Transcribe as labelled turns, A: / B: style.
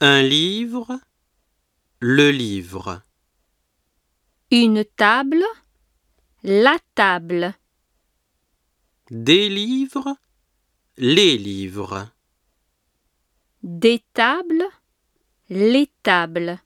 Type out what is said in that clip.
A: Un livre, le livre,
B: Une table, la table,
A: des livres, les livres.
B: des tables, les tables.